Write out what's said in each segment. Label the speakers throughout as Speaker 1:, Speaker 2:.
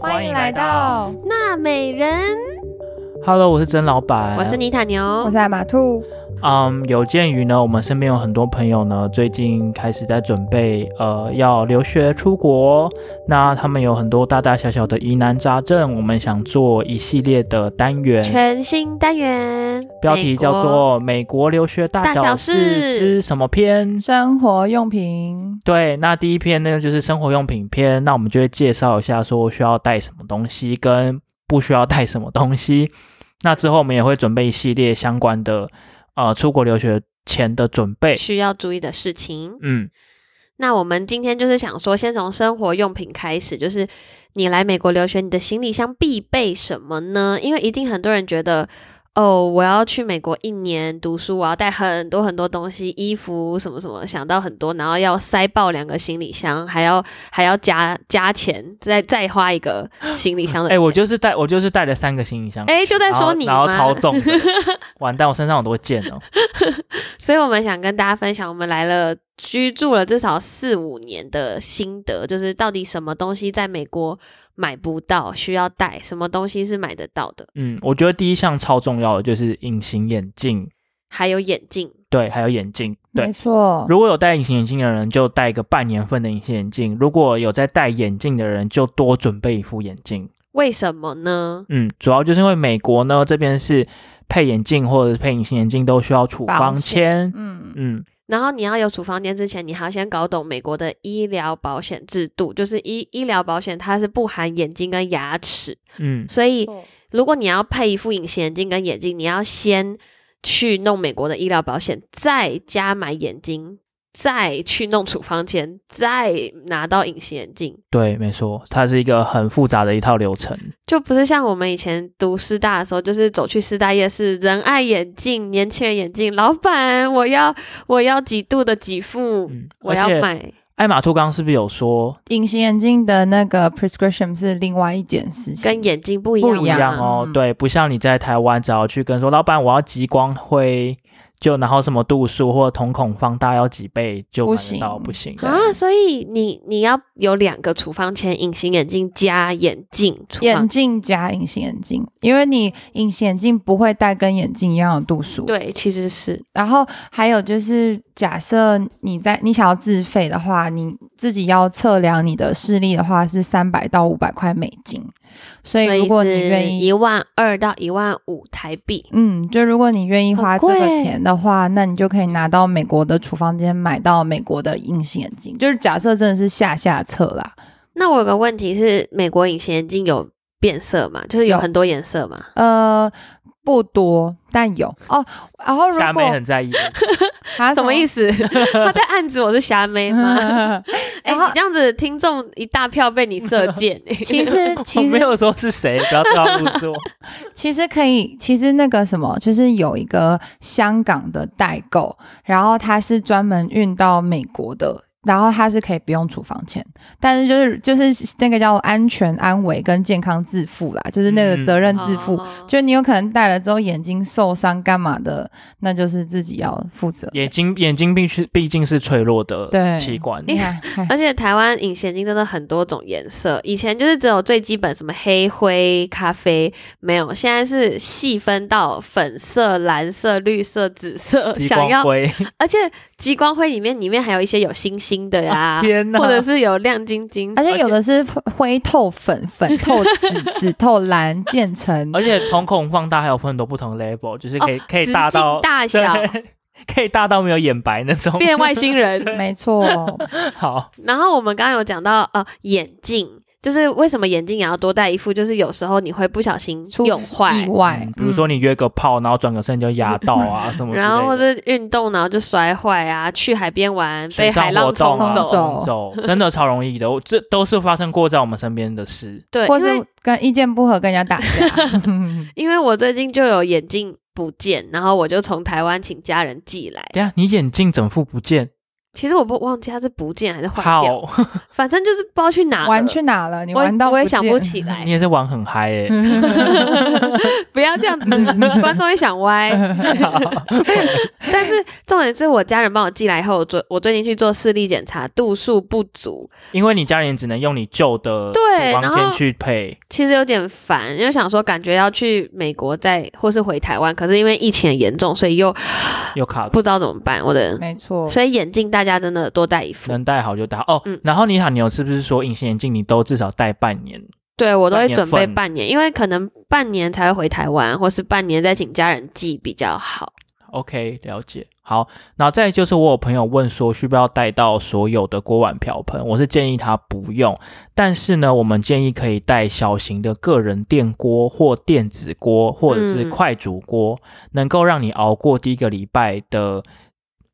Speaker 1: 欢迎来到
Speaker 2: 娜美人，
Speaker 1: Hello，我是曾老板，
Speaker 2: 我是妮塔
Speaker 3: 我
Speaker 2: 牛。
Speaker 3: 是马兔，
Speaker 1: 嗯有鉴于呢，我们身边有很多朋友呢，最近开始在准备呃要留学出国，那他们有很多大大小小的疑难杂症，我们想做一系列的单元，
Speaker 2: 全新单元，
Speaker 1: 标题叫做《美国留学大
Speaker 2: 大
Speaker 1: 小
Speaker 2: 小
Speaker 1: 事
Speaker 2: 事
Speaker 1: 之什么篇》。
Speaker 3: 生活用品，
Speaker 1: 对，那第一篇呢就是生活用品篇，那我们就会介绍一下说需要带什么东西跟不需要带什么东西。那之后我们也会准备一系列相关的呃出国留学前的准备
Speaker 2: 美国。需要注意的事情。
Speaker 1: 嗯，
Speaker 2: 那我们今天就是想说，先从生活用品开始，就是你来美国留学，你的行李箱必备什么呢？因为一定很多人觉得。哦，我要去美国一年读书，我要带很多很多东西，衣服什么什么，想到很多，然后要塞爆两个行李箱，还要还要加加钱，再再花一个行李箱的
Speaker 1: 哎、
Speaker 2: 钱。
Speaker 1: 我就是带我就是带了三个行李箱，
Speaker 2: 哎、就在
Speaker 1: 然
Speaker 2: 说
Speaker 1: 后
Speaker 2: 你
Speaker 1: 然后
Speaker 2: 吗
Speaker 1: 超重 的，完蛋，我身上有多件哦。
Speaker 2: 所以我们想跟大家分享，我们来了居住了至少四五年的心得，就是到底什么东西在美国买不到，需要带，什么东西是买得到的，
Speaker 1: 嗯，我觉得第一项超重要的就是隐形眼镜，
Speaker 2: 还有眼镜。
Speaker 1: 对，还有眼镜，对
Speaker 3: 没，错，
Speaker 1: 如果有戴隐形眼镜的人，就戴一个半年份的隐形眼镜；如果有在戴眼镜的人，就多准备一副眼镜。
Speaker 2: 为什么呢？
Speaker 1: 嗯，主要就是因为美国呢这边是配眼镜或者配隐形眼镜都需要处方
Speaker 3: 保
Speaker 1: 签
Speaker 3: 险。嗯，
Speaker 1: 嗯，
Speaker 2: 然后你要有处方间之前，你还要先搞懂美国的医疗保险制度，就是医医疗保险它是不含眼睛跟牙齿，
Speaker 1: 嗯，
Speaker 2: 所以如果你要配一副隐形眼镜跟眼镜，你要先去弄美国的医疗保险，再加买眼镜，再去弄处方签，再拿到隐形眼镜，
Speaker 1: 对，没错，它是一个很复杂的一套流程。
Speaker 2: 就不是像我们以前读师大的时候，就是走去师大夜市，仁爱眼镜、年轻人眼镜，老板，我要我要几度的几副，
Speaker 1: 嗯，
Speaker 2: 我
Speaker 1: 而
Speaker 2: 要
Speaker 1: 且
Speaker 2: 买。
Speaker 1: 艾玛兔刚刚是不是有说
Speaker 3: 隐形眼镜的那个 prescription 是另外一件事情，
Speaker 2: 跟眼镜不一样
Speaker 3: 不
Speaker 2: 嘛，
Speaker 1: 不一
Speaker 3: 一
Speaker 1: 样
Speaker 3: 啊
Speaker 1: 哦？
Speaker 3: 嗯
Speaker 1: 对，不像你在台湾只要去跟说老板我要极光灰，就然后什么度数或瞳孔放大要几倍就
Speaker 3: 不
Speaker 1: 买得
Speaker 3: 行
Speaker 1: 到，不行的。
Speaker 2: 啊！所以你你要有两个处方前隐形眼镜加眼镜处方
Speaker 3: 眼镜加隐形眼镜，因为你隐形眼镜不会戴跟眼镜一样的度数。
Speaker 2: 对，其实是
Speaker 3: 然后还有就是，假设你在你想要自费的话，你自己要测量你的视力的话是三百到五百块美金，所以
Speaker 2: 所
Speaker 3: 如
Speaker 2: 以
Speaker 3: 果
Speaker 2: 是
Speaker 3: 你愿意
Speaker 2: 一万二到一万五台币，
Speaker 3: 嗯，就如果你愿意花这
Speaker 2: 很
Speaker 3: 个
Speaker 2: 贵
Speaker 3: 钱的话，那你就可以拿到美国的处方间买到美国的隐形眼镜。就是假设真的是下下策啦，
Speaker 2: 那我有个问题是，美国隐形眼镜有变色吗？就是有
Speaker 3: 有
Speaker 2: 很多颜色吗？
Speaker 3: 呃，不多，但有哦。然后如
Speaker 1: 夏
Speaker 3: 果
Speaker 1: 妹很在意，
Speaker 3: 啊
Speaker 2: 什 么意
Speaker 3: 思？
Speaker 2: 思？他在暗指我是瞎妹吗？哎、
Speaker 3: 然后
Speaker 2: 你这样子，听众一大票被你射 箭、
Speaker 3: 其实
Speaker 1: 我
Speaker 3: 其
Speaker 1: 哦没
Speaker 3: 实
Speaker 1: 有说是 谁，不要照入座。
Speaker 3: 其实可以，其实那个什么，就是有一个香港的代购，然后它是专门运到美国的。然后它是可以不用处方钱，但是就是就是那个叫安全安危跟健康自负啦，就是那
Speaker 1: 嗯
Speaker 3: 个责任
Speaker 2: 哦
Speaker 3: 自负，就你有可能戴了之后眼睛受伤干嘛的，那就是自己要负责。
Speaker 1: 眼睛眼睛必须毕竟是脆弱的
Speaker 3: 对
Speaker 1: 器官，
Speaker 3: 你看，哎
Speaker 2: 而且台湾隐形眼镜真的很多种颜色，以前就是只有最基本什么黑灰、咖啡，没有，现在是细分到粉色、蓝色、绿色、紫色，
Speaker 1: 激
Speaker 2: 想要
Speaker 1: 光灰，
Speaker 2: 而且极光灰里面里面还有一些有星星的 呀、
Speaker 1: 哦天哪！
Speaker 2: 啊或者是有亮晶晶，
Speaker 3: 而且有的是灰透粉、粉透紫、紫透蓝、渐层。
Speaker 1: 而且瞳孔放大还有分很多不同 level，就是可以、可以
Speaker 2: 哦直
Speaker 1: 大
Speaker 2: 径
Speaker 1: 到
Speaker 2: 大
Speaker 1: 对
Speaker 2: 小
Speaker 1: 可以大到没有眼白那种。
Speaker 2: 变外星人。
Speaker 3: 没错，
Speaker 1: 好，
Speaker 2: 然后我们刚刚有讲到呃眼镜，就是为什么眼镜也要多戴一副，就是有时候你会不小心
Speaker 3: 出
Speaker 2: 用
Speaker 3: 意
Speaker 2: 坏。嗯
Speaker 3: 外
Speaker 1: 嗯，比如说你约个炮，然后转个身就压到啊什么之类的，
Speaker 2: 然后或者运动，然后就摔坏啊，去海边玩
Speaker 1: 水
Speaker 2: 被海
Speaker 1: 上活
Speaker 2: 浪
Speaker 1: 动
Speaker 2: 冲
Speaker 1: 啊
Speaker 2: 走，
Speaker 3: 冲走
Speaker 1: 走，真的超容易的。我这都是发生过在我们身边的事。
Speaker 2: 对，
Speaker 3: 嗯或
Speaker 2: 因为
Speaker 3: 是跟意见不合跟人家打 架。
Speaker 2: 因为我最近就有眼镜不见，然后我就从台湾请家人寄来，
Speaker 1: 等一下你眼镜整副不见，
Speaker 2: 其实我不忘记它是不见还是坏掉，
Speaker 1: 好，
Speaker 2: 反正就是不知道去哪了
Speaker 3: 玩去哪了？你
Speaker 2: 啊我也
Speaker 3: 玩到
Speaker 2: 我也
Speaker 3: 不
Speaker 2: 想
Speaker 3: 见
Speaker 2: 不起来
Speaker 1: 你， 也是玩很嗨诶、
Speaker 2: 不要这 样子，嗯观众会想歪。 但是重点是我家人帮我寄来后，我最我最近去做视力检查，度数不足，
Speaker 1: 因为你家人只能用你旧的
Speaker 2: 对
Speaker 1: 房
Speaker 2: 然
Speaker 1: 间
Speaker 2: 后
Speaker 1: 去配，
Speaker 2: 其实有点烦，因为想说感觉要去美国再或是回台湾，可是因为疫情很严重，所以又
Speaker 1: 又卡住，
Speaker 2: 不知道怎么办。我的，
Speaker 3: 没 错，
Speaker 2: 所以眼镜大家真的多戴一副。
Speaker 1: 能戴好就戴好。哦，
Speaker 2: 嗯
Speaker 1: 然后你好，你有是不是说隐形眼镜你都至少戴半年？
Speaker 2: 对我都会
Speaker 1: 半年
Speaker 2: 准备
Speaker 1: 份
Speaker 2: 半年，因为可能半年才会回台湾，或是半年再请家人寄比较好。
Speaker 1: OK，了解。好，然后再来就是我有朋友问说，需不需要带到所有的锅碗瓢盆？我是建议他不用，但是呢，我们建议可以带小型的个人电锅或电子锅，或者是
Speaker 2: 嗯
Speaker 1: 快煮锅，能够让你熬过第一个礼拜的，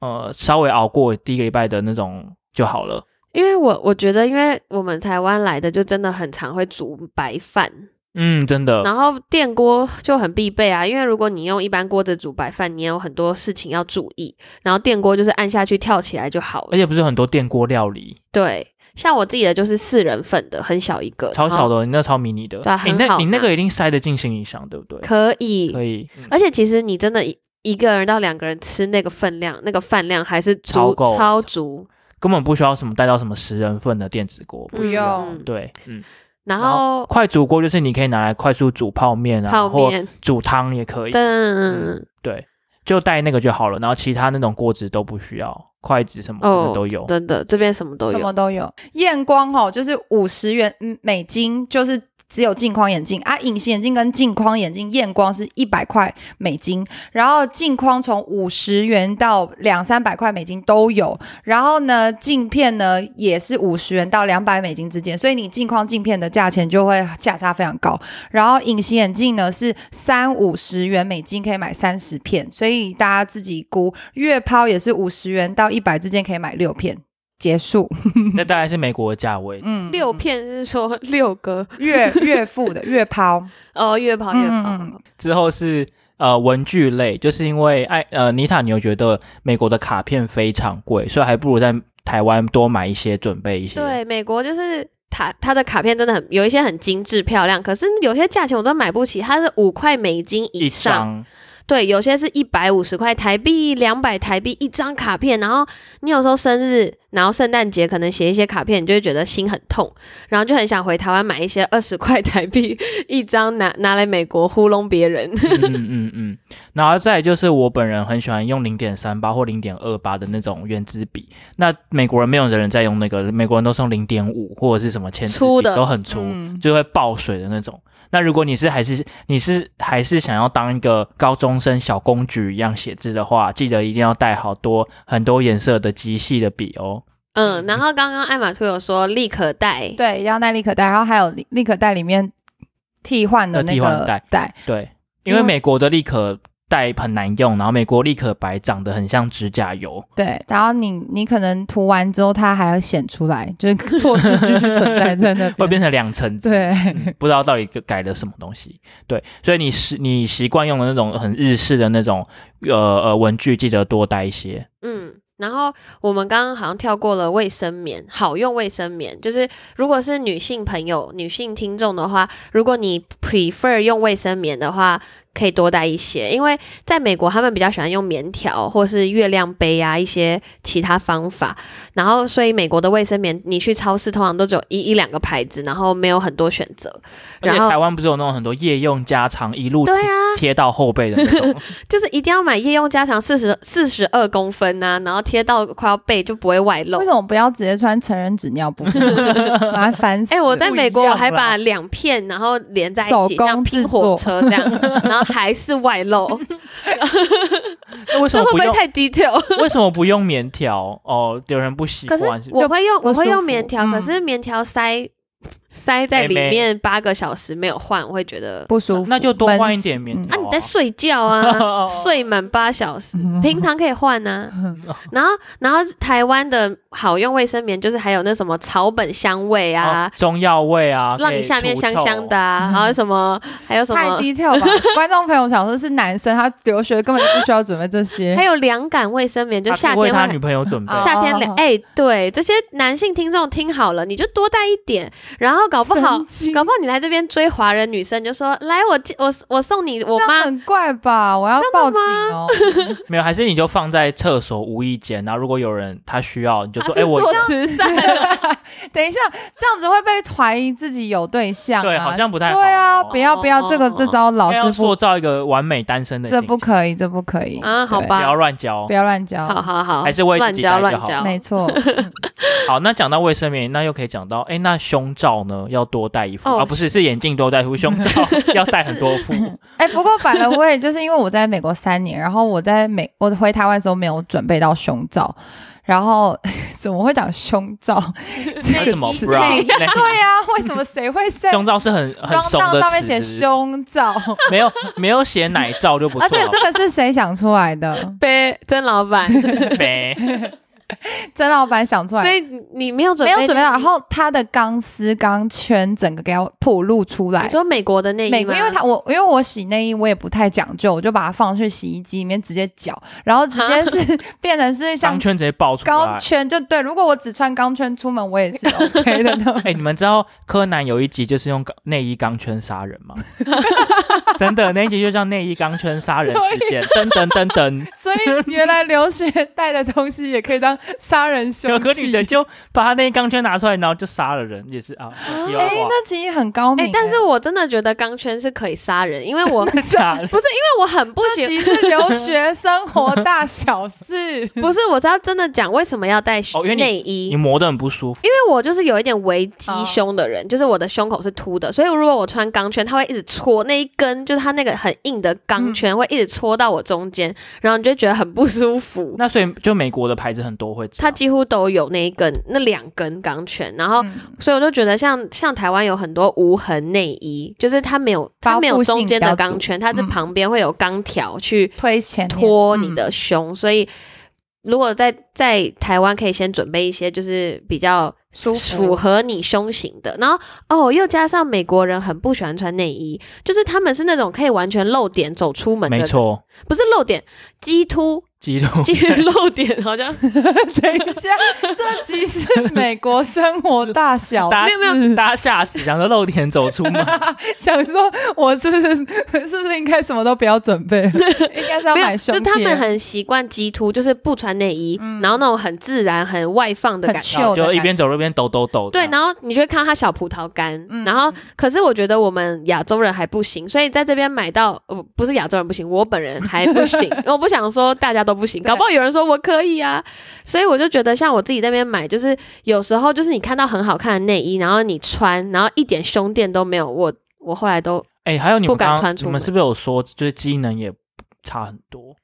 Speaker 1: 呃，稍微熬过第一个礼拜的那种就好了。
Speaker 2: 因为我我觉得，因为我们台湾来的就真的很常会煮白饭，
Speaker 1: 嗯，真的，
Speaker 2: 然后电锅就很必备啊，因为如果你用一般锅子煮白饭，你也有很多事情要注意。然后电锅就是按下去跳起来就好
Speaker 1: 而
Speaker 2: 了。
Speaker 1: 且不是很多电锅料理，
Speaker 2: 对，像我自己的就是四人份的，很小一个，
Speaker 1: 超小
Speaker 2: 然后
Speaker 1: 的，你那超迷你的，
Speaker 2: 呃对啊
Speaker 1: 你
Speaker 2: 很
Speaker 1: 那
Speaker 2: 好
Speaker 1: 你那
Speaker 2: 拿
Speaker 1: 个一定塞得进行李箱，对不对？
Speaker 2: 可以。
Speaker 1: 可以，嗯
Speaker 2: 而且其实你真的一一个人到两个人吃那个分量，那个饭量还是足
Speaker 1: 超够
Speaker 2: 超足。
Speaker 1: 根本不需要什么带到什么十人份的电子锅，
Speaker 3: 不用
Speaker 2: 嗯
Speaker 1: 对，嗯，
Speaker 2: 然
Speaker 1: 然
Speaker 2: 后
Speaker 1: 快煮锅就是你可以拿来快速煮泡面啊，
Speaker 2: 泡
Speaker 1: 或
Speaker 2: 面，
Speaker 1: 煮汤也可以，
Speaker 2: 嗯，
Speaker 1: 对，就带那个就好了。然后其他那种锅子都不需要，筷子什么真的
Speaker 2: 哦
Speaker 1: 都有。
Speaker 2: 真的这边什么都
Speaker 3: 什
Speaker 2: 有。
Speaker 3: 么都有。验光哦，就是五十元嗯美金，就是只有镜框眼镜啊，隐形眼镜跟镜框眼镜验光是一百块美金，然后镜框从五十元到两三百块美金都有，然后呢镜片呢也是五十元到两百美金之间，所以你镜框镜片的价钱就会价差非常高。然后隐形眼镜呢是三五十元美金可以买三十片，所以大家自己估，月抛也是五十元到一百之间可以买六片。结束。
Speaker 1: 那大概是美国的价位，
Speaker 3: 嗯，
Speaker 2: 六片是说 六个，
Speaker 3: 月月付的月抛，
Speaker 2: 哦，越跑越跑。
Speaker 3: 嗯
Speaker 1: 之后是呃文具类，就是因为爱呃妮塔牛觉得美国的卡片非常贵，所以还不如在台湾多买一些，准备一些。
Speaker 2: 对，美国就是它它的卡片真的很有一些很精致漂亮，可是有些价钱我都买不起，它是五块美金以
Speaker 1: 一
Speaker 2: 上，
Speaker 1: 张，
Speaker 2: 对，有些是一百五十块台币、两百台币一张卡片，然后你有时候生日，然后圣诞节可能写一些卡片，你就会觉得心很痛，然后就很想回台湾买一些二十块台币一张拿拿来美国糊弄别人，
Speaker 1: 嗯 嗯嗯，然后再来就是我本人很喜欢用零点三八或零点二八的那种圆珠笔，那美国人没有人在用那个，美国人都是用零点五或者是什么铅
Speaker 2: 粗
Speaker 1: 笔
Speaker 2: 的
Speaker 1: 都很粗，
Speaker 3: 嗯
Speaker 1: 就会爆水的那种。那如果你是还是你是还是想要当一个高中生小公举一样写字的话，记得一定要带好多很多颜色的极细的笔哦。
Speaker 2: 嗯，然后刚刚艾玛兔有说立可带，
Speaker 3: 对，要耐力可带，然后还有立立可带里面替换的
Speaker 1: 呃
Speaker 3: 那
Speaker 1: 替换
Speaker 3: 个
Speaker 1: 带
Speaker 3: 带，
Speaker 1: 对，
Speaker 3: 因
Speaker 1: 因
Speaker 3: 为
Speaker 1: 为美国的立可带很难用，然后美国立可白长得很像指甲油。
Speaker 3: 对，然后你你可能涂完之后，它还要显出来， 就是错字继续存在在那
Speaker 1: 会
Speaker 3: 边，
Speaker 1: 变成两层纸，
Speaker 3: 对
Speaker 1: 嗯不知道到底改了什么东西。对，所以你习你习惯用的那种很日式的那种呃呃文具，记得多带一些。
Speaker 2: 嗯，然后我们刚刚好像跳过了卫生棉，好用卫生棉，就是如果是女性朋友、女性听众的话，如果你 prefer 用卫生棉的话，可以多带一些，因为在美国他们比较喜欢用棉条或是月亮杯啊一些其他方法，然后所以美国的卫生棉你去超市通常都只有一一两个牌子，然后没有很多选择，
Speaker 1: 而且
Speaker 2: 然后
Speaker 1: 台湾不是有那种很多夜用加长，一路
Speaker 2: 对啊，
Speaker 1: 贴到后背的那种，
Speaker 2: 就是一定要买夜用加长四十四十二公分呐、然后贴到快要背就不会外露
Speaker 3: 为。什么不要直接穿成人 纸尿布？麻烦死！
Speaker 2: 哎、我在
Speaker 1: 不
Speaker 2: 美
Speaker 1: 一
Speaker 2: 国，我
Speaker 1: 样
Speaker 2: 还
Speaker 1: 啦
Speaker 2: 把两片然后连在一
Speaker 3: 手
Speaker 2: 起，像
Speaker 3: 工制
Speaker 2: 拼火
Speaker 3: 作
Speaker 2: 车这样， 然后还是外露，
Speaker 1: 那为什
Speaker 2: 这
Speaker 1: 么
Speaker 2: 会不
Speaker 1: 不
Speaker 2: 会
Speaker 1: 用？
Speaker 2: 太 detail？
Speaker 1: 为什么不用棉条？哦，有人不习
Speaker 2: 可是
Speaker 1: 惯。
Speaker 2: 我会用，
Speaker 3: 不
Speaker 2: 我会
Speaker 3: 舒
Speaker 2: 用
Speaker 3: 服
Speaker 2: 棉条，可
Speaker 3: 嗯
Speaker 2: 是棉条塞塞在里
Speaker 1: 妹妹
Speaker 2: 面八个小时没有换，我会 觉得
Speaker 3: 不舒服，
Speaker 1: 那就多
Speaker 3: 闷
Speaker 1: 换一
Speaker 3: 死
Speaker 1: 点棉
Speaker 2: 啊
Speaker 1: 条
Speaker 2: 你在睡觉啊，
Speaker 1: 哦
Speaker 2: 睡满八 小时，
Speaker 3: 嗯
Speaker 2: 平常可以换啊。
Speaker 1: 哦
Speaker 2: 然后然后台湾的好用卫生棉就是还有那什么草本香味
Speaker 1: 哦，
Speaker 2: 啊
Speaker 1: 中药味啊，
Speaker 2: 让
Speaker 1: 可以
Speaker 2: 你下面
Speaker 1: 除
Speaker 2: 香
Speaker 1: 臭哦
Speaker 2: 香的，啊，
Speaker 3: 嗯
Speaker 2: 还有什么还有什
Speaker 3: 哎太
Speaker 2: 么。
Speaker 3: 低调吧？ 观众朋友想说，是男生，他留学根本就不需要准备这些。
Speaker 2: 还有凉感卫生棉，就
Speaker 1: 他
Speaker 2: 夏
Speaker 1: 为
Speaker 2: 天
Speaker 1: 他
Speaker 2: 会
Speaker 1: 女朋友准备。
Speaker 3: 啊
Speaker 2: 夏天凉
Speaker 3: 哦
Speaker 2: 哎、对这些男性听众听好了，你就多带一点，然后搞不好
Speaker 3: 神经
Speaker 2: 搞不好你来这边追华人女生，就说来我寄我我送你我
Speaker 3: 这样
Speaker 2: 妈
Speaker 3: 很怪吧？我要报警哦！
Speaker 1: 没有，还是你就放在厕所无意间，然后如果有人他需要，你就
Speaker 2: 她
Speaker 1: 说：“
Speaker 2: 是
Speaker 1: 哎、我
Speaker 2: 做慈善的，
Speaker 3: 等一下，这样子会被怀疑自己有对象、啊。
Speaker 1: 对，好像不太好
Speaker 3: 对啊，
Speaker 1: 哦
Speaker 3: 不要不要，这个这招老
Speaker 1: 应该要
Speaker 3: 师傅
Speaker 1: 塑造一个完美单身的
Speaker 3: 这
Speaker 1: 形象，
Speaker 3: 不可以，这不可以
Speaker 2: 啊好
Speaker 3: 对
Speaker 2: 吧
Speaker 1: 不要乱交
Speaker 3: 不。要乱教。
Speaker 2: 好好好，
Speaker 1: 还是为
Speaker 2: 乱
Speaker 1: 自己
Speaker 2: 交
Speaker 1: 带就
Speaker 2: 乱
Speaker 1: 好
Speaker 2: 交，
Speaker 3: 没错，
Speaker 1: 好，那讲到卫生棉，那又可以讲到，哎、那胸罩呢？要多戴一副、
Speaker 2: 哦
Speaker 1: 啊，不是是眼镜多戴一副，胸 罩要戴很多副。
Speaker 3: 哎、不过反而我也就是因为我在美国三年，然后我在美我回台湾的时候没有准备到胸罩，然后 怎么会讲胸 罩？
Speaker 1: 为什么
Speaker 2: 内衣
Speaker 1: bra？
Speaker 3: 内
Speaker 1: 内衣
Speaker 3: 对啊，为什么谁会在
Speaker 1: 胸罩是很很
Speaker 3: 装
Speaker 1: 怂
Speaker 3: 到
Speaker 1: 的
Speaker 3: 上面
Speaker 1: 词
Speaker 3: 写，胸罩？
Speaker 1: 没有没有写奶罩就不错
Speaker 3: 而且
Speaker 1: 了。
Speaker 3: 这个是谁想出来 的？
Speaker 2: 呗，曾老板，
Speaker 1: 呗，
Speaker 3: 曾老板想出来的
Speaker 2: 所以你没有准
Speaker 3: 没
Speaker 2: 备，
Speaker 3: 有准备到，然后它的钢丝钢圈整个给它铺露出来
Speaker 2: 你。说美国的内
Speaker 3: 美
Speaker 2: 衣
Speaker 3: 国，
Speaker 2: 吗？
Speaker 3: 因为它我因为我洗内衣我也不太讲究，我就把它放去洗衣机里面直接搅，然后直接是变成是像
Speaker 1: 钢圈直接爆出
Speaker 3: 钢
Speaker 1: 来。
Speaker 3: 圈，就对。如果我只穿钢圈出门，我 也是 OK 的那种。
Speaker 1: 哎、你们知道柯南有一集就是用钢内衣钢圈杀人 吗？真的，那一集就叫内衣钢圈杀人事件，噔噔噔噔。
Speaker 3: 所以原来留学带的东西也可以当杀人
Speaker 1: 有
Speaker 3: 凶
Speaker 1: 个女
Speaker 3: 器。
Speaker 1: 的就把她内衣钢圈拿出来，然后就杀了人，也是啊，有
Speaker 3: 哎、
Speaker 1: 哇，
Speaker 3: 那其实很高明、
Speaker 2: 哎、
Speaker 3: 欸
Speaker 2: 但是我真的觉得钢圈是可以杀人，因为我 不
Speaker 1: 杀了。
Speaker 2: 是因为我很不
Speaker 3: 这
Speaker 2: 喜，
Speaker 3: 其实是留学生活大小 事。
Speaker 2: 不是我是要真的讲为什么要带
Speaker 1: 哦因为你
Speaker 2: 内衣，
Speaker 1: 你磨得很不舒服，
Speaker 2: 因为我就是有一点微鸡胸的人，就是我的胸口是凸的，所以如果我穿钢圈，它会一直戳那一根，就是它那个很硬的钢圈、会一直戳到我中间，然后你就觉得很不舒服。
Speaker 1: 那所以就美国的牌子很多会这
Speaker 2: 它
Speaker 1: 样，
Speaker 2: 几乎都有那一根、那两根钢圈，然后、
Speaker 3: 嗯
Speaker 2: 所以我就觉得像像台湾有很多无痕内衣，就是它没有它没有中间的钢圈，它是旁边会有钢条去
Speaker 3: 推前面
Speaker 2: 托
Speaker 3: 嗯
Speaker 2: 你的胸，所以如果在在台湾可以先准备一些就是比较
Speaker 3: 舒
Speaker 2: 符
Speaker 3: 服
Speaker 2: 合你胸型的，然后哦，又加上美国人很不喜欢穿内衣，就是他们是那种可以完全露点走出门的，
Speaker 1: 没，错，
Speaker 2: 不是露点，鸡 突
Speaker 1: 记录
Speaker 2: 鸡露点好像
Speaker 3: 等一下，这集是美国生活大 小
Speaker 1: 大
Speaker 2: 没有没有
Speaker 3: 事，
Speaker 1: 大家吓死，想说露点走 出门，
Speaker 3: 想说我是不 是是不是应该什么都不要准 备，应该是要
Speaker 2: 没
Speaker 3: 买
Speaker 2: 有，
Speaker 3: 胸
Speaker 2: 就
Speaker 3: 贴，嗯
Speaker 2: 他们很习惯鸡突，就是不穿内衣，然后那种很自然、很外放的
Speaker 3: 很
Speaker 2: 感觉。
Speaker 1: 然后
Speaker 3: 秀的
Speaker 1: 就一
Speaker 3: 感觉
Speaker 1: 边走路一边抖抖抖。
Speaker 2: 对，
Speaker 1: 这样
Speaker 2: 然后你就会看到它小葡萄干，
Speaker 3: 嗯
Speaker 2: 然后可是我觉得我们亚洲人还不行，所以在这边买到，呃，不是亚洲人不行，我本人还不 行，因为我不想说大家都不行，
Speaker 3: 对
Speaker 2: 搞不好有人说我可以啊，所以我就觉得像我自己在那边买，就是有时候就是你看到很好看的内衣，然后你穿，然后一点胸垫都没有，我我后来都
Speaker 1: 哎，还有你
Speaker 2: 不
Speaker 1: 们
Speaker 2: 敢
Speaker 1: 刚刚
Speaker 2: 穿出
Speaker 1: 你们
Speaker 2: 门
Speaker 1: 是不是有说，就是机能也差很多？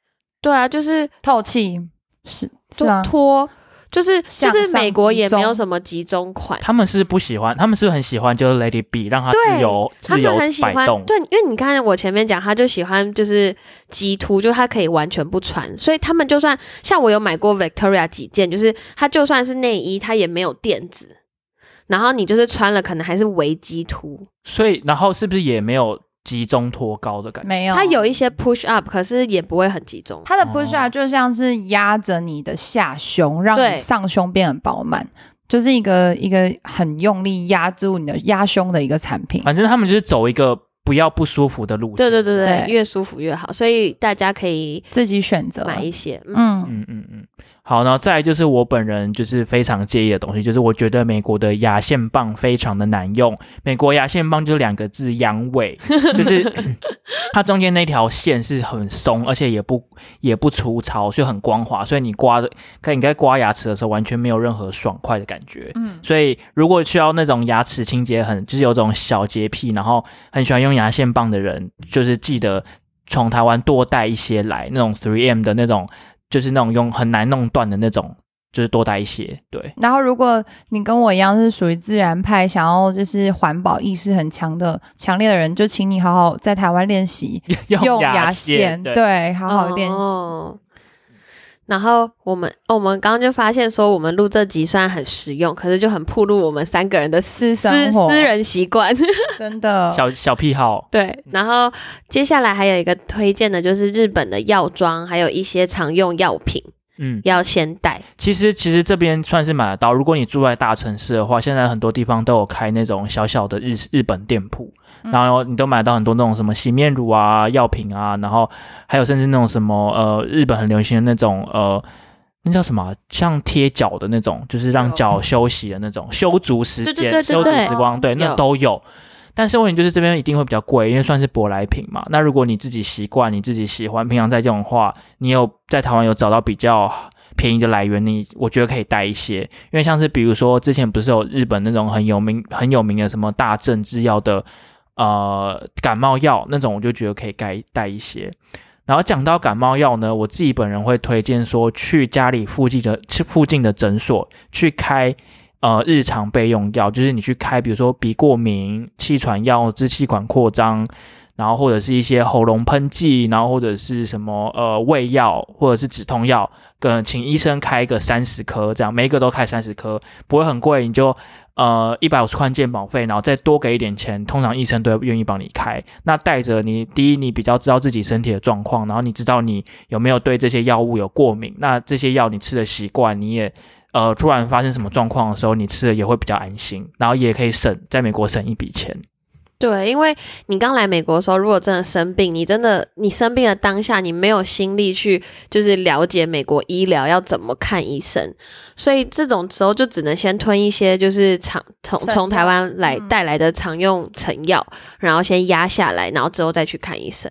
Speaker 2: 对啊，就是
Speaker 3: 透气是是啊
Speaker 2: 就
Speaker 3: 吗？
Speaker 2: 脱，就是就
Speaker 3: 向
Speaker 2: 是
Speaker 3: 上
Speaker 2: 美国
Speaker 3: 集
Speaker 2: 也没有
Speaker 3: 中
Speaker 2: 什么啊集中款。
Speaker 1: 他们是不是不喜欢，他们是不是很喜欢就是 Lady B，让它自由
Speaker 2: 他
Speaker 1: 自由
Speaker 2: 们很喜
Speaker 1: 摆
Speaker 2: 欢
Speaker 1: 动，
Speaker 2: 对，因为你看我前面讲，他就喜欢就是极图，就他可以完全不穿，所以他们就算像我有买过 Victoria 几件，就是它就算是内衣，它也没有垫子，然后你就是穿了，可能还是围鸡图，
Speaker 1: 所以然后是不是也没有集中托高的感觉？
Speaker 3: 没有，
Speaker 2: 它有一些 push up，可是也不会很集中。
Speaker 3: 它的 push up
Speaker 1: 哦
Speaker 3: 就像是压着你的下胸，让
Speaker 2: 对
Speaker 3: 你上胸变很饱满，就是一个一个很用力压住你的压胸的一个产品。
Speaker 1: 反正他们就是走一个不要不舒服的路线。
Speaker 2: 对对对对，
Speaker 3: 对
Speaker 2: 越舒服越好，所以大家可以
Speaker 3: 自己选择，
Speaker 2: 买一些。嗯，
Speaker 3: 嗯，
Speaker 1: 嗯嗯嗯，好，然后再来就是我本人就是非常介意的东西，就是我觉得美国的牙线棒非常的难用。美国牙线棒就是两个字“阳痿”，就是它中间那条线是很松，而且也不也不粗糙，所以很光滑，所以你刮的，可你在刮牙齿的时候完全没有任何爽快的感觉。嗯，所以如果需要那种牙齿清洁很，就是有种小洁癖，然后很喜欢用牙线棒的人，就是记得从台湾多带一些来，那种 3M 的那种，就是那种用很难弄断的那种。就是多带一些。对，
Speaker 3: 然后，如果你跟我一样是属于自然派，想要就是环保意识很强的、强烈的人，就请你好好在台湾练习用牙线，
Speaker 1: 对，
Speaker 3: 对，好好练习。
Speaker 2: 哦然后我们、哦我们刚刚就发现说，我们录这集虽然很实用，可是就很暴露我们三个人的私
Speaker 3: 私
Speaker 2: 私
Speaker 3: 生活，
Speaker 2: 私人习惯。
Speaker 3: 真的
Speaker 1: 小小癖好，
Speaker 2: 对，然后接下来还有一个推荐的，就是日本的药妆，还有一些常用药品
Speaker 1: 嗯，
Speaker 2: 要先带。
Speaker 1: 其实其实这边算是买得到。如果你住在大城市的话，现在很多地方都有开那种小小的日日本店铺，
Speaker 3: 嗯
Speaker 1: 然后你都买到很多那种什么洗面乳啊、药品啊，然后还有甚至那种什么呃，日本很流行的那种呃。那叫什么啊？像贴脚的那种，就是让
Speaker 3: 有
Speaker 1: 脚休息的那种，修足时间、
Speaker 2: 对对对对
Speaker 1: 修足
Speaker 2: 对
Speaker 1: 时光，对，那
Speaker 2: 有
Speaker 1: 都有。但是问题就是这边一定会比较贵，因为算是舶来品嘛。那如果你自己习惯、你自己喜欢，平常在用的话，你有在台湾有找到比较便宜的来源，你我觉得可以带一些，因为像是比如说之前不是有日本那种很有名很有名的什么大正制药的呃感冒药那种，我就觉得可以带带一些。然后讲到感冒药呢，我自己本人会推荐说去家里附近的去附近的诊所去开。呃，日常备用药就是你去开，比如说鼻过敏、气喘药、支气管扩张，然后或者是一些喉咙喷剂，然后或者是什么呃胃药，或者是止痛药，跟请医生开一个三十颗，这样每一个都开三十颗，不会很贵，你就呃一百五十块健保费，然后再多给一点钱，通常医生都会愿意帮你开。那带着你，第一你比较知道自己身体的状况，然后你知道你有没有对这些药物有过敏，那这些药你吃的习惯，你也。呃，突然发生什么状况的时候，你吃的也会比较安心，然后也可以省，在美国省一笔钱。
Speaker 2: 对，因为你刚来美国的时候，如果真的生病，你真的你生病的当下，你没有心力去就是了解美国医疗要怎么看医生，所以这种时候就只能先吞一些就是常从
Speaker 3: 成药
Speaker 2: 从台湾来
Speaker 3: 嗯
Speaker 2: 带来的常用成药，然后先压下来，然后之后再去看医生。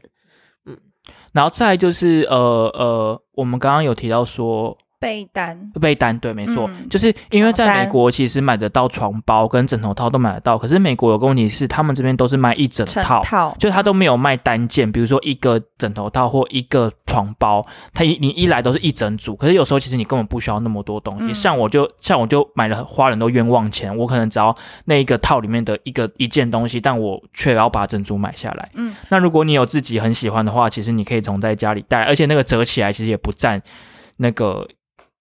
Speaker 1: 然后再来就是呃呃，我们刚刚有提到说
Speaker 3: 被单，
Speaker 1: 被单，对，没错，
Speaker 3: 嗯
Speaker 1: 就是因为在
Speaker 3: 床单
Speaker 1: 美国其实买得到床包跟枕头套都买得到，可是美国有个问题是，他们这边都是卖一整
Speaker 3: 成
Speaker 1: 套。
Speaker 3: 套嗯
Speaker 1: 就它都没有卖单件，比如说一个枕头套或一个床包，它一你一来都是一整组。可是有时候其实你根本不需要那么多东西，
Speaker 3: 嗯
Speaker 1: 像我就像我就买了花了很多冤枉钱，我可能只要那一个套里面的一个一件东西，但我却要把整组买下来。
Speaker 3: 嗯，
Speaker 1: 那如果你有自己很喜欢的话，其实你可以从在家里带，而且那个折起来其实也不占那个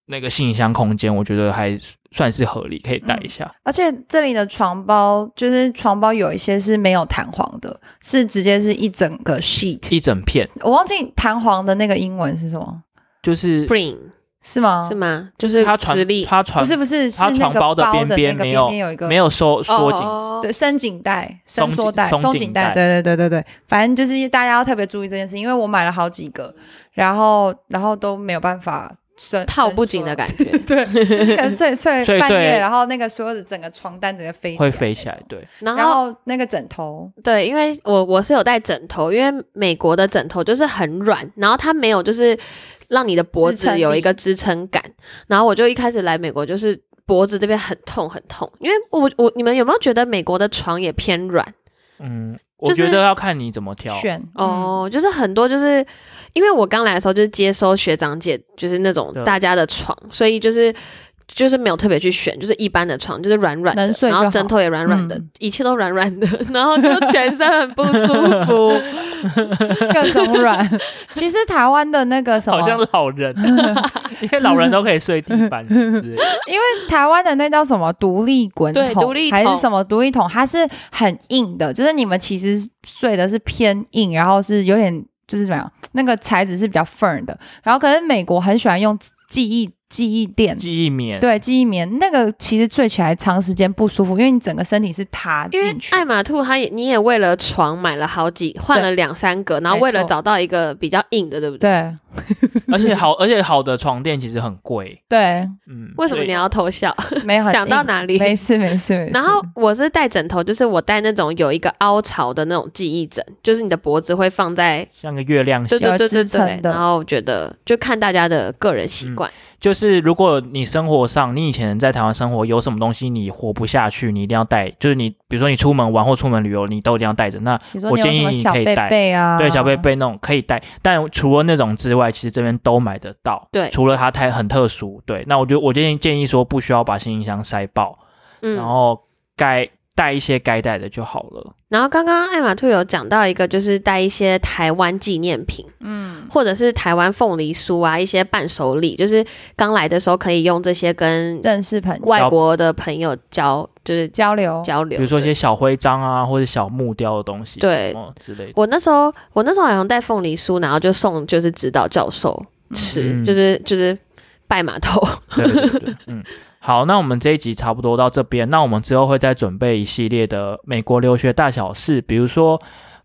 Speaker 1: 那个行李箱空间，我觉得还算是合理，可以带一下。
Speaker 3: 而且这里的床包就是床包有一些是没有弹簧的，是直接是一整个 sheet。
Speaker 1: 一整片
Speaker 3: 我忘记弹簧的那个英文是什么，
Speaker 1: 就是。
Speaker 2: Spring
Speaker 3: 是吗？
Speaker 2: 是吗？就是
Speaker 1: 它
Speaker 2: 直
Speaker 1: 传
Speaker 2: 立。
Speaker 1: 它传
Speaker 3: 不是不是，是
Speaker 1: 它
Speaker 3: 那
Speaker 1: 床
Speaker 3: 个
Speaker 1: 包的边边
Speaker 3: 边那个
Speaker 1: 没有
Speaker 3: 边边有一个
Speaker 1: 没有收缩紧，
Speaker 2: 哦
Speaker 3: 对，伸紧带、伸
Speaker 1: 松
Speaker 3: 缩
Speaker 1: 紧
Speaker 3: 带、
Speaker 1: 松
Speaker 3: 松
Speaker 1: 紧
Speaker 3: 紧带，
Speaker 1: 带
Speaker 3: 对对对对对，反正就是大家要特别注意这件事，因为我买了好几个，然后然后都没有办法伸
Speaker 2: 套不紧的感觉，
Speaker 3: 觉，对，就是可能睡 睡
Speaker 1: 睡
Speaker 3: 半夜，
Speaker 1: 睡
Speaker 3: 然后那个所有的整个床单直接飞
Speaker 1: 会飞起
Speaker 3: 来
Speaker 1: 来。对，
Speaker 3: 那
Speaker 2: 然
Speaker 3: 种，然
Speaker 2: 后
Speaker 3: 后那个枕头，
Speaker 2: 对，因为我我是有带枕头，因为美国的枕头就是很软，然后它没有就是让你的脖
Speaker 3: 支撑
Speaker 2: 子
Speaker 3: 力
Speaker 2: 有一个支撑感。然后我就一开始来美国就是脖子这边很痛很痛，因为我我你们有没有觉得美国的床也偏软？
Speaker 1: 嗯，
Speaker 2: 就
Speaker 1: 我
Speaker 2: 是
Speaker 1: 觉得要看你怎么挑。
Speaker 3: 选，
Speaker 2: 哦，就是很多就是因为我刚来的时候就是接收学长姐就是那种
Speaker 1: 对
Speaker 2: 大家的床，所以就是。就是没有特别去选，就是一般的床，就是软软的
Speaker 3: 能，睡
Speaker 2: 然
Speaker 3: 就
Speaker 2: 后
Speaker 3: 好
Speaker 2: 枕头也软软的，
Speaker 3: 嗯
Speaker 2: 一切都软软的，然后就全身很不舒 服。
Speaker 3: 嗯各种软。 其实台湾的那个什么
Speaker 1: 好，像老人，因为老人都可以睡地板，是不是？
Speaker 3: 台湾的那叫什么独立滚
Speaker 2: 对
Speaker 3: 筒，
Speaker 2: 独立
Speaker 3: 还
Speaker 2: 筒
Speaker 3: 是什么独立筒，它是很硬的，就是你们其实睡的是偏硬，然后是有点就是怎么样，那个材质是比较 firm 的。然后可是美国很喜欢用记忆记忆垫，
Speaker 1: 记忆棉，
Speaker 3: 对记忆棉，那个其实睡起来长时间不舒服，因为你整个身体是塌
Speaker 2: 因为
Speaker 3: 进去。
Speaker 2: 爱马兔，它也你也为了床买了好几，换了两三个，然后为了
Speaker 3: 没错
Speaker 2: 找到一个比较硬的，对不对？
Speaker 3: 对
Speaker 1: 而且好，而且好的床垫其实很贵。
Speaker 3: 对，
Speaker 1: 嗯，
Speaker 2: 为什
Speaker 1: 所
Speaker 2: 么
Speaker 1: 以
Speaker 2: 你要偷笑？
Speaker 3: 没有很
Speaker 2: 想到
Speaker 3: 硬
Speaker 2: 哪里？
Speaker 3: 没事没事没事。
Speaker 2: 然后我是带枕头，就是我带那种有一个凹槽的那种记忆枕，就是你的脖子会放在，
Speaker 1: 像个月亮
Speaker 2: 对
Speaker 1: 形？
Speaker 2: 对对对
Speaker 3: 支撑
Speaker 2: 对。
Speaker 3: 的
Speaker 2: 然后我觉得就看大家的个人习惯，
Speaker 1: 就就是如果你生活上，你以前在台湾生活有什么东西你活不下去，你一定要带，就是你比如说你出门玩或出门旅游，你都一定要带着。那
Speaker 3: 比如说
Speaker 1: 我
Speaker 3: 你有
Speaker 1: 建议
Speaker 3: 什么
Speaker 1: 你
Speaker 3: 小
Speaker 1: 可以
Speaker 3: 贝
Speaker 1: 带
Speaker 3: 贝啊，
Speaker 1: 对小贝贝那种可以带，但除了那种之外，其实这边都买得到。
Speaker 2: 对
Speaker 1: 除了它太很特殊，对。那我觉得我建议建议说不需要把行李箱塞爆，
Speaker 2: 嗯，
Speaker 1: 然后该带一些该带的就好了。
Speaker 2: 然后刚刚艾玛兔有讲到一个，就是带一些台湾纪念品，
Speaker 3: 嗯，
Speaker 2: 或者是台湾凤梨酥啊，一些伴手礼，就是刚来的时候可以用这些跟
Speaker 3: 认识朋友
Speaker 2: 外国的朋友交，就是
Speaker 3: 交流，
Speaker 2: 交流。
Speaker 1: 比如说一些
Speaker 2: 对
Speaker 1: 小徽章啊，或者小木雕的东西，
Speaker 2: 对
Speaker 1: 哦之类的。
Speaker 2: 我那时候，我那时候好像带凤梨酥，然后就送就是指导教授吃，
Speaker 1: 嗯
Speaker 2: 就是就是拜码头。
Speaker 1: 对对对，嗯， 好，那我们这一集差不多到这边，那我们之后会再准备一系列的美国留学大小事，比如说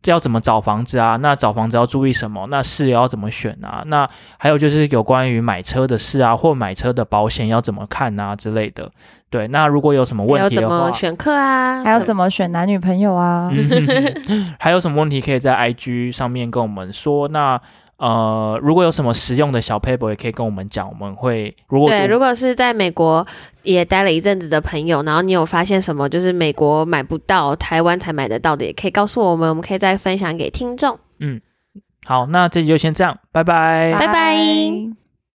Speaker 1: 要怎么找房子啊，那找房子要注意什么，那室友要怎么选啊，那还有就是有关于买车的事啊，或买车的保险要怎么看啊之类的。对，那如果有什么
Speaker 2: 还
Speaker 1: 问
Speaker 2: 有
Speaker 1: 题的
Speaker 2: 怎
Speaker 1: 话
Speaker 2: 么，选课啊？
Speaker 3: 还有
Speaker 2: 么
Speaker 3: 怎么选男女朋友啊？
Speaker 1: 嗯还有什么问题可以在 IG 上面跟我们说。那呃，如果有什么实用的小 paper 也可以跟我们讲，我们会如果
Speaker 2: 对？如果是在美国也待了一阵子的朋友，然后你有发现什么就是美国买不到、台湾才买得到的，也可以告诉我们，我们可以再分享给听众。
Speaker 1: 好，那这集就先这样，拜拜。
Speaker 2: 拜拜